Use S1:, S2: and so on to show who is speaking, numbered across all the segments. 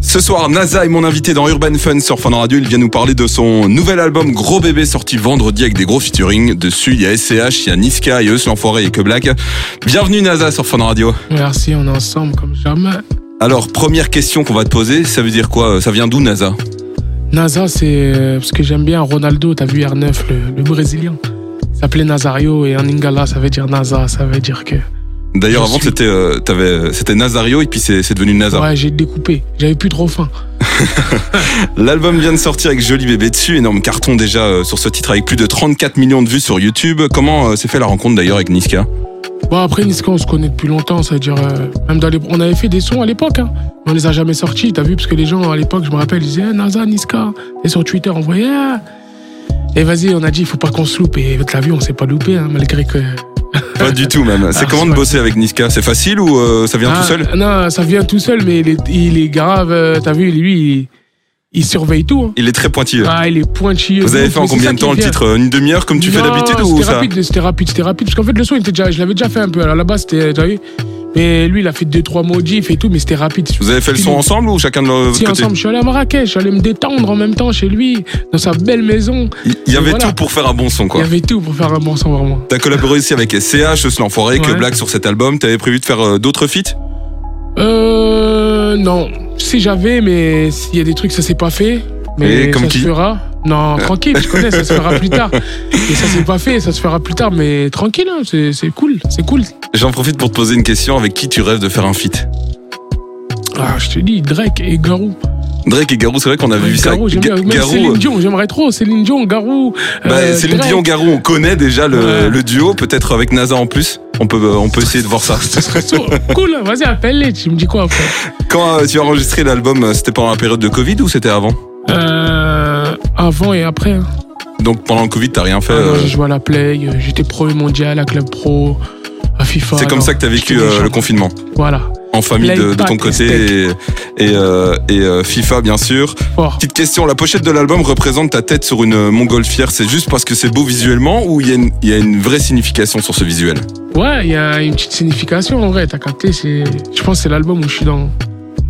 S1: Ce soir, NASA est mon invité dans Urban Fun sur Fun Radio. Il vient nous parler de son nouvel album Gros Bébé sorti vendredi avec des gros featuring. Dessus, il y a SCH, il y a Niska, il y a Eus l'Enfoiré et Que Black. Bienvenue NASA sur Fun Radio.
S2: Merci, on est ensemble comme jamais.
S1: Alors, première question qu'on va te poser, ça veut dire quoi Ça vient d'où NASA
S2: NASA, c'est euh, parce que j'aime bien Ronaldo, t'as vu R9, le, le Brésilien. Il s'appelait Nazario et en Lingala, ça veut dire NASA, ça veut dire que.
S1: D'ailleurs,
S2: Je
S1: avant,
S2: suis-
S1: c'était euh, t'avais- c'était Nazario et puis c'est c'est devenu NASA.
S2: Ouais, j'ai découpé. J'avais plus trop faim.
S1: L'album vient de sortir avec Joli Bébé dessus, énorme carton déjà euh, sur ce titre avec plus de 34 millions de vues sur YouTube. Comment euh, s'est fait la rencontre d'ailleurs avec Niska
S2: Bon, après, Niska, on se connaît depuis longtemps, c'est-à-dire, euh, même dans les... on avait fait des sons à l'époque, hein, mais on les a jamais sortis, t'as vu, parce que les gens à l'époque, je me rappelle, ils disaient, Eh, Naza, Niska, et sur Twitter, on voyait, Ah. et vas-y, on a dit, il faut pas qu'on se loupe, et avec la vie, on s'est pas loupé, hein, malgré que.
S1: Pas du tout même. C'est
S2: Ah,
S1: comment
S2: c'est
S1: de
S2: pas-
S1: bosser avec Niska C'est facile ou euh, ça vient
S2: Ah,
S1: tout seul
S2: Non, ça vient tout seul, mais il est, il est grave, euh, t'as vu, lui, il, il surveille tout. hein.
S1: Il est très pointilleux.
S2: Ah, il est pointilleux.
S1: Vous avez
S2: ouf,
S1: fait en
S2: mais c'est
S1: combien
S2: ça
S1: de
S2: qui
S1: temps le
S2: vient.
S1: titre euh, Une demi-heure comme tu fais
S2: Non,
S1: d'habitude ou
S2: C'était
S1: ça
S2: rapide, c'était rapide, c'était rapide. Parce qu'en fait, le son, il était déjà, je l'avais déjà fait un peu. Alors, à la base, c'était, t'as vu Mais lui, il a fait deux, trois modifs et tout, mais c'était rapide.
S1: Vous avez fait le son ensemble ou chacun de votre
S2: Si,
S1: côté
S2: ensemble, je suis allé à Marrakech, je suis allé me détendre en même temps chez lui, dans sa belle maison.
S1: Il il y avait
S2: Voilà.
S1: tout pour faire un bon son
S2: Il y
S1: quoi.
S2: avait tout pour faire un bon son, vraiment.
S1: T'as collaboré aussi avec SCH, Eus l'Enfoiré, que
S2: Ouais.
S1: Black sur cet album. T'avais prévu de faire euh, d'autres feats
S2: Euh. Non. Si j'avais, mais s'il y a des trucs, ça s'est pas fait. Mais
S1: Et comme
S2: ça
S1: qui Ah.
S2: se fera. Non, tranquille, je connais, ça se fera plus tard. Et ça s'est pas fait, ça se fera plus tard, mais tranquille, hein, c'est c'est cool, c'est cool.
S1: J'en profite pour te poser une question. Avec qui tu rêves de faire un feat
S2: Ah, je te dis, Drake et Garou.
S1: Drake et Garou, c'est vrai qu'on avait
S2: Ouais,
S1: vu ça.
S2: Garou, j'aime bien. Même
S1: Garou, euh.
S2: Céline Dion, j'aimerais trop. Céline Dion, Garou.
S1: Bah,
S2: euh,
S1: Céline
S2: Drake.
S1: Dion Garou, on connaît déjà le,
S2: Ouais.
S1: le duo, peut-être avec NASA en plus. On peut, euh, on peut essayer de voir ça.
S2: Ce serait so- cool, hein, vas-y, appelle-les. Tu me dis quoi après
S1: Quand euh, tu as enregistré l'album, euh, c'était pendant la période de Covid ou c'était avant
S2: euh, Avant et après. hein.
S1: Donc pendant le Covid, t'as rien fait.
S2: Ah non,
S1: euh,
S2: J'ai joué à la Play, euh, j'étais pro et mondial à Club Pro, à FIFA.
S1: c'est comme
S2: non,
S1: ça que t'as vécu
S2: j'étais
S1: euh,
S2: méchant.
S1: le confinement,
S2: Voilà,
S1: en famille
S2: Play,
S1: de, de
S2: pâtes
S1: ton
S2: et
S1: côté et, et, euh, et, euh, FIFA bien sûr.
S2: fort.
S1: Petite question, la pochette de l'album représente ta tête sur une euh, montgolfière, c'est juste parce que c'est beau visuellement ou il y, a une- il y a une vraie signification sur ce visuel
S2: Ouais, il y a une petite signification en vrai, t'as capté. c'est- Je pense que c'est l'album où je suis dans.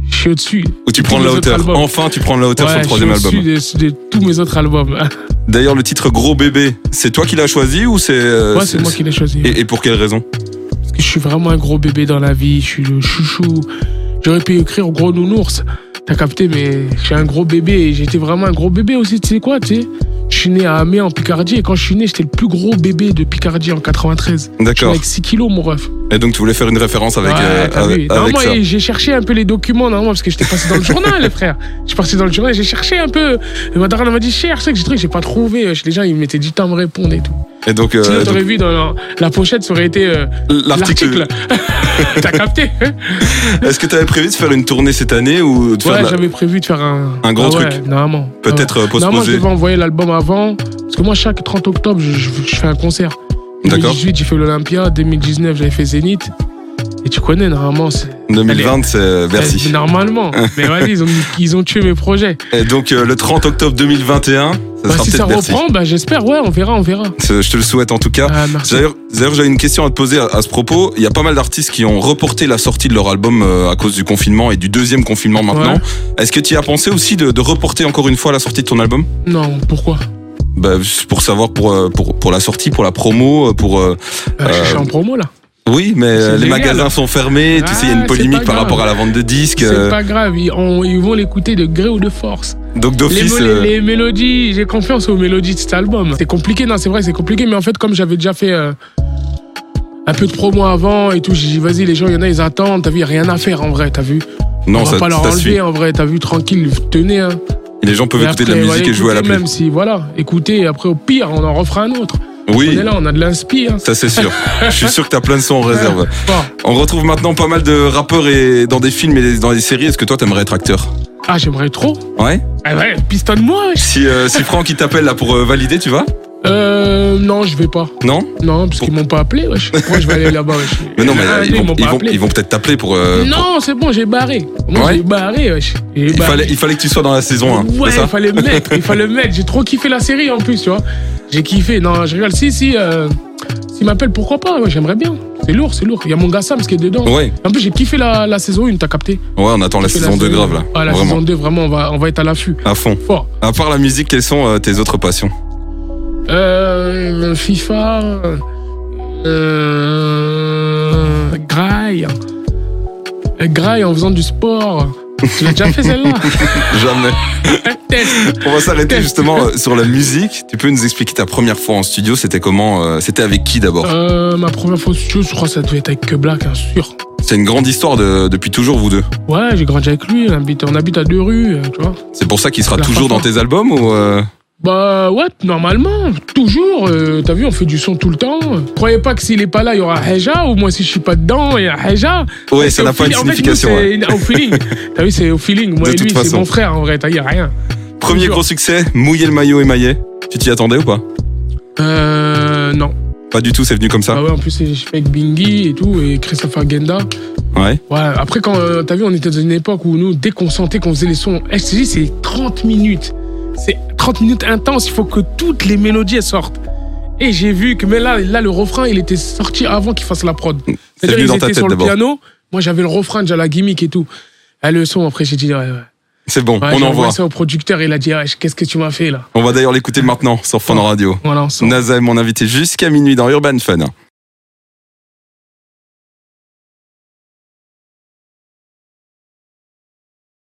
S2: Je suis au-dessus.
S1: Ou tu
S2: Tous
S1: prends de la
S2: les autres
S1: hauteur
S2: albums.
S1: Enfin tu prends de la hauteur sur
S2: Ouais,
S1: le
S2: je
S1: troisième
S2: suis
S1: album.
S2: au-dessus de, de tous mes autres albums.
S1: D'ailleurs, le titre Gros Bébé, c'est toi qui l'as choisi ou c'est. euh,
S2: ouais, c'est moi qui l'ai choisi.
S1: Et, et pour quelle raison
S2: Parce que je suis vraiment un gros bébé dans la vie, je suis le chouchou. J'aurais pu écrire gros nounours, t'as capté, mais je suis un gros bébé et j'étais vraiment un gros bébé aussi, tu sais quoi, tu sais. Je suis né à Amé en Picardie et quand je suis né, j'étais le plus gros bébé de Picardie en 93. Je suis né
S1: D'accord.
S2: avec 6 kilos, mon ref.
S1: Et donc, tu voulais faire une référence avec,
S2: Ouais,
S1: euh,
S2: t'as vu.
S1: avec, avec
S2: Normalement,
S1: ça.
S2: et j'ai cherché un peu les documents, normalement, parce que j'étais passé dans le journal, les frères. Je suis passé dans le journal, j'ai cherché un peu. Et ma daronne, elle m'a dit, cherche, c'est que j'ai truc, j'ai pas trouvé. Euh, Les gens, ils mettaient du temps à me répondre et tout.
S1: Et donc, euh,
S2: Sinon,
S1: donc,
S2: t'aurais vu dans la, la pochette, ça aurait été euh,
S1: l'article.
S2: l'article. t'as capté hein
S1: Est-ce que tu avais prévu de faire une tournée cette année ou de faire
S2: Ouais,
S1: de la-
S2: j'avais prévu de faire un.
S1: Un gros
S2: Ah ouais,
S1: truc.
S2: Normalement.
S1: peut-être euh,
S2: Ah ouais. Normalement, je
S1: postposer
S2: devais envoyer l'album avant. Parce que moi, chaque 30 octobre, je, je- je fais un concert.
S1: D'accord.
S2: 2018, j'ai fait l'Olympia. 2019, j'avais fait Zénith. Et tu connais, normalement, c'est.
S1: 2020, c'est euh,
S2: Eh,
S1: Bercy.
S2: Normalement. Mais vas-y, ils ont, ils ont tué mes projets.
S1: Et donc, euh, le 30 octobre 2021, ça
S2: Bah,
S1: sera
S2: si ça
S1: peut-être Bercy.
S2: reprend, bah, j'espère, ouais, on verra, on verra.
S1: C'est- Je te le souhaite en tout cas.
S2: Ah, merci.
S1: D'ailleurs, d'ailleurs, j'avais une question à te poser à, à ce propos. Il y a pas mal d'artistes qui ont reporté la sortie de leur album euh, à cause du confinement et du deuxième confinement maintenant. Est-ce que tu y as pensé aussi de, de reporter encore une fois la sortie de ton album
S2: Non, pourquoi
S1: bah, c'est Pour savoir pour, euh, pour, pour la sortie, pour la promo, euh, pour... euh,
S2: Bah, je-
S1: Euh,
S2: Je suis en promo, là.
S1: Oui, mais euh, les
S2: légal.
S1: magasins sont fermés, tu
S2: Ah,
S1: sais, il y a une
S2: c'est
S1: polémique
S2: pas
S1: par
S2: grave.
S1: rapport à la vente de disques.
S2: C'est
S1: euh,
S2: pas grave, ils, on- ils vont l'écouter de gré ou de force.
S1: donc
S2: Les,
S1: d'office...
S2: mots, les-
S1: euh,
S2: les mélodies, j'ai confiance aux mélodies de cet album. C'est compliqué, non, c'est vrai, c'est compliqué, mais en fait, comme j'avais déjà fait euh, un peu de promo avant et tout, j'ai dit, vas-y, les gens, il y en a, ils attendent, t'as vu, y a rien à faire en vrai, t'as vu.
S1: Non,
S2: On
S1: ça,
S2: va pas leur
S1: ça
S2: enlever hein.
S1: suit.
S2: en vrai, t'as vu, tranquille, tenez. Hein.
S1: Les gens peuvent
S2: Et
S1: écouter de la
S2: après,
S1: musique
S2: voilà,
S1: et jouer à la
S2: écoutez,
S1: pluie.
S2: Même si, voilà, écoutez, et après, au pire, on en refera un autre. On
S1: Oui,
S2: est là, on a de l'inspire.
S1: ça c'est sûr. Je suis sûr que t'as plein de sons en réserve.
S2: Bon.
S1: On retrouve maintenant pas mal de rappeurs et dans des films et dans des séries. Est-ce que toi t'aimerais être acteur
S2: Ah, j'aimerais trop.
S1: Ouais.
S2: Ah ouais, pistonne-moi. wesh.
S1: Si euh, si Franck il t'appelle là pour euh, valider, tu vas
S2: Euh, non, je vais pas.
S1: Non
S2: Non, parce qu'ils m'ont pas appelé, wesh. Moi, je vais aller là-bas, wesh.
S1: Mais non, mais
S2: Ah,
S1: euh, ils
S2: non,
S1: vont
S2: m'ont
S1: ils
S2: pas
S1: vont
S2: appelé.
S1: ils vont peut-être t'appeler pour. euh, pour-
S2: Non, c'est bon, j'ai barré. Moi,
S1: Ouais.
S2: j'ai barré, wesh. J'ai
S1: Il
S2: barré.
S1: fallait il fallait que tu sois dans la saison 1.
S2: ouais,
S1: c'est ça
S2: il fallait le mettre, il fallait le mettre. J'ai trop kiffé la série en plus, tu vois. J'ai kiffé. Non, je rigole. Si, si, euh, S'il m'appelle, pourquoi pas ouais, J'aimerais bien. C'est lourd, c'est lourd. Il y a mon gars Sam qui est dedans.
S1: Ouais, ouais,
S2: En plus, j'ai kiffé la, la saison 1, t'as capté
S1: on attend la
S2: J'ai fait
S1: saison 2 grave là.
S2: Ah, la
S1: Vraiment,
S2: saison 2, vraiment, on va, on va être à l'affût.
S1: à fond.
S2: Fort.
S1: À part la musique, quelles sont euh, tes autres passions
S2: Euh, FIFA. Euh, graille. Euh, Graille en faisant du sport. Tu l'as déjà fait celle-là
S1: Jamais.
S2: Test.
S1: On va s'arrêter justement euh, sur la musique. Tu peux nous expliquer ta première fois en studio, c'était comment euh, C'était avec qui d'abord
S2: Euh, ma première fois au studio, je crois que ça devait être avec Que Black, hein, sûr.
S1: C'est une grande histoire de- depuis toujours, vous deux.
S2: Ouais, j'ai grandi avec lui, on habite, on habite à deux rues, euh, tu vois.
S1: C'est pour ça qu'il sera
S2: La
S1: toujours dans
S2: photo.
S1: tes albums ou euh,
S2: Bah ouais, normalement, toujours. euh, T'as vu, on fait du son tout le temps. Croyez pas que s'il est pas là, il y aura Heja, ou moi si je suis pas dedans, il y a Heja.
S1: Ouais,
S2: Parce
S1: ça
S2: que
S1: n'a
S2: au
S1: pas une
S2: feeling- en fait, nous,
S1: signification. ouais.
S2: c'est une- au feeling. T'as vu, c'est au feeling. Moi
S1: De
S2: et
S1: toute
S2: lui, c'est
S1: façon.
S2: mon frère en vrai, t'as vu, y a rien.
S1: Premier
S2: toujours.
S1: gros succès, mouiller le maillot émaillé. Tu t'y attendais ou pas
S2: Euh. Non.
S1: Pas du tout, c'est venu comme
S2: Bah
S1: ça.
S2: ouais, en plus, j'ai fait avec Bingy et tout, et Christopher Genda.
S1: Ouais.
S2: Ah Ouais, après, quand euh, t'as vu, on était dans une époque où nous, dès qu'on sentait qu'on faisait les sons, STG, c'est 30 minutes. C'est 30 minutes intenses, il faut que toutes les mélodies elles sortent. Et j'ai vu que, mais là, là, le refrain, il était sorti avant qu'il fasse la prod. C'est-à-dire,
S1: venu
S2: ils
S1: dans ta
S2: étaient
S1: tête
S2: sur le
S1: d'abord.
S2: piano, moi j'avais le refrain, déjà la gimmick et tout. Ah, le son, après, j'ai dit, ouais, ouais.
S1: C'est bon, on
S2: Ouais, j'ai
S1: envoie.
S2: envoyé ça au producteur, il a dit, ah, qu'est-ce que tu m'as fait là
S1: On va d'ailleurs l'écouter maintenant sur Fun Radio.
S2: Voilà, on sort.
S1: Naza est mon invité jusqu'à minuit dans Urban Fun.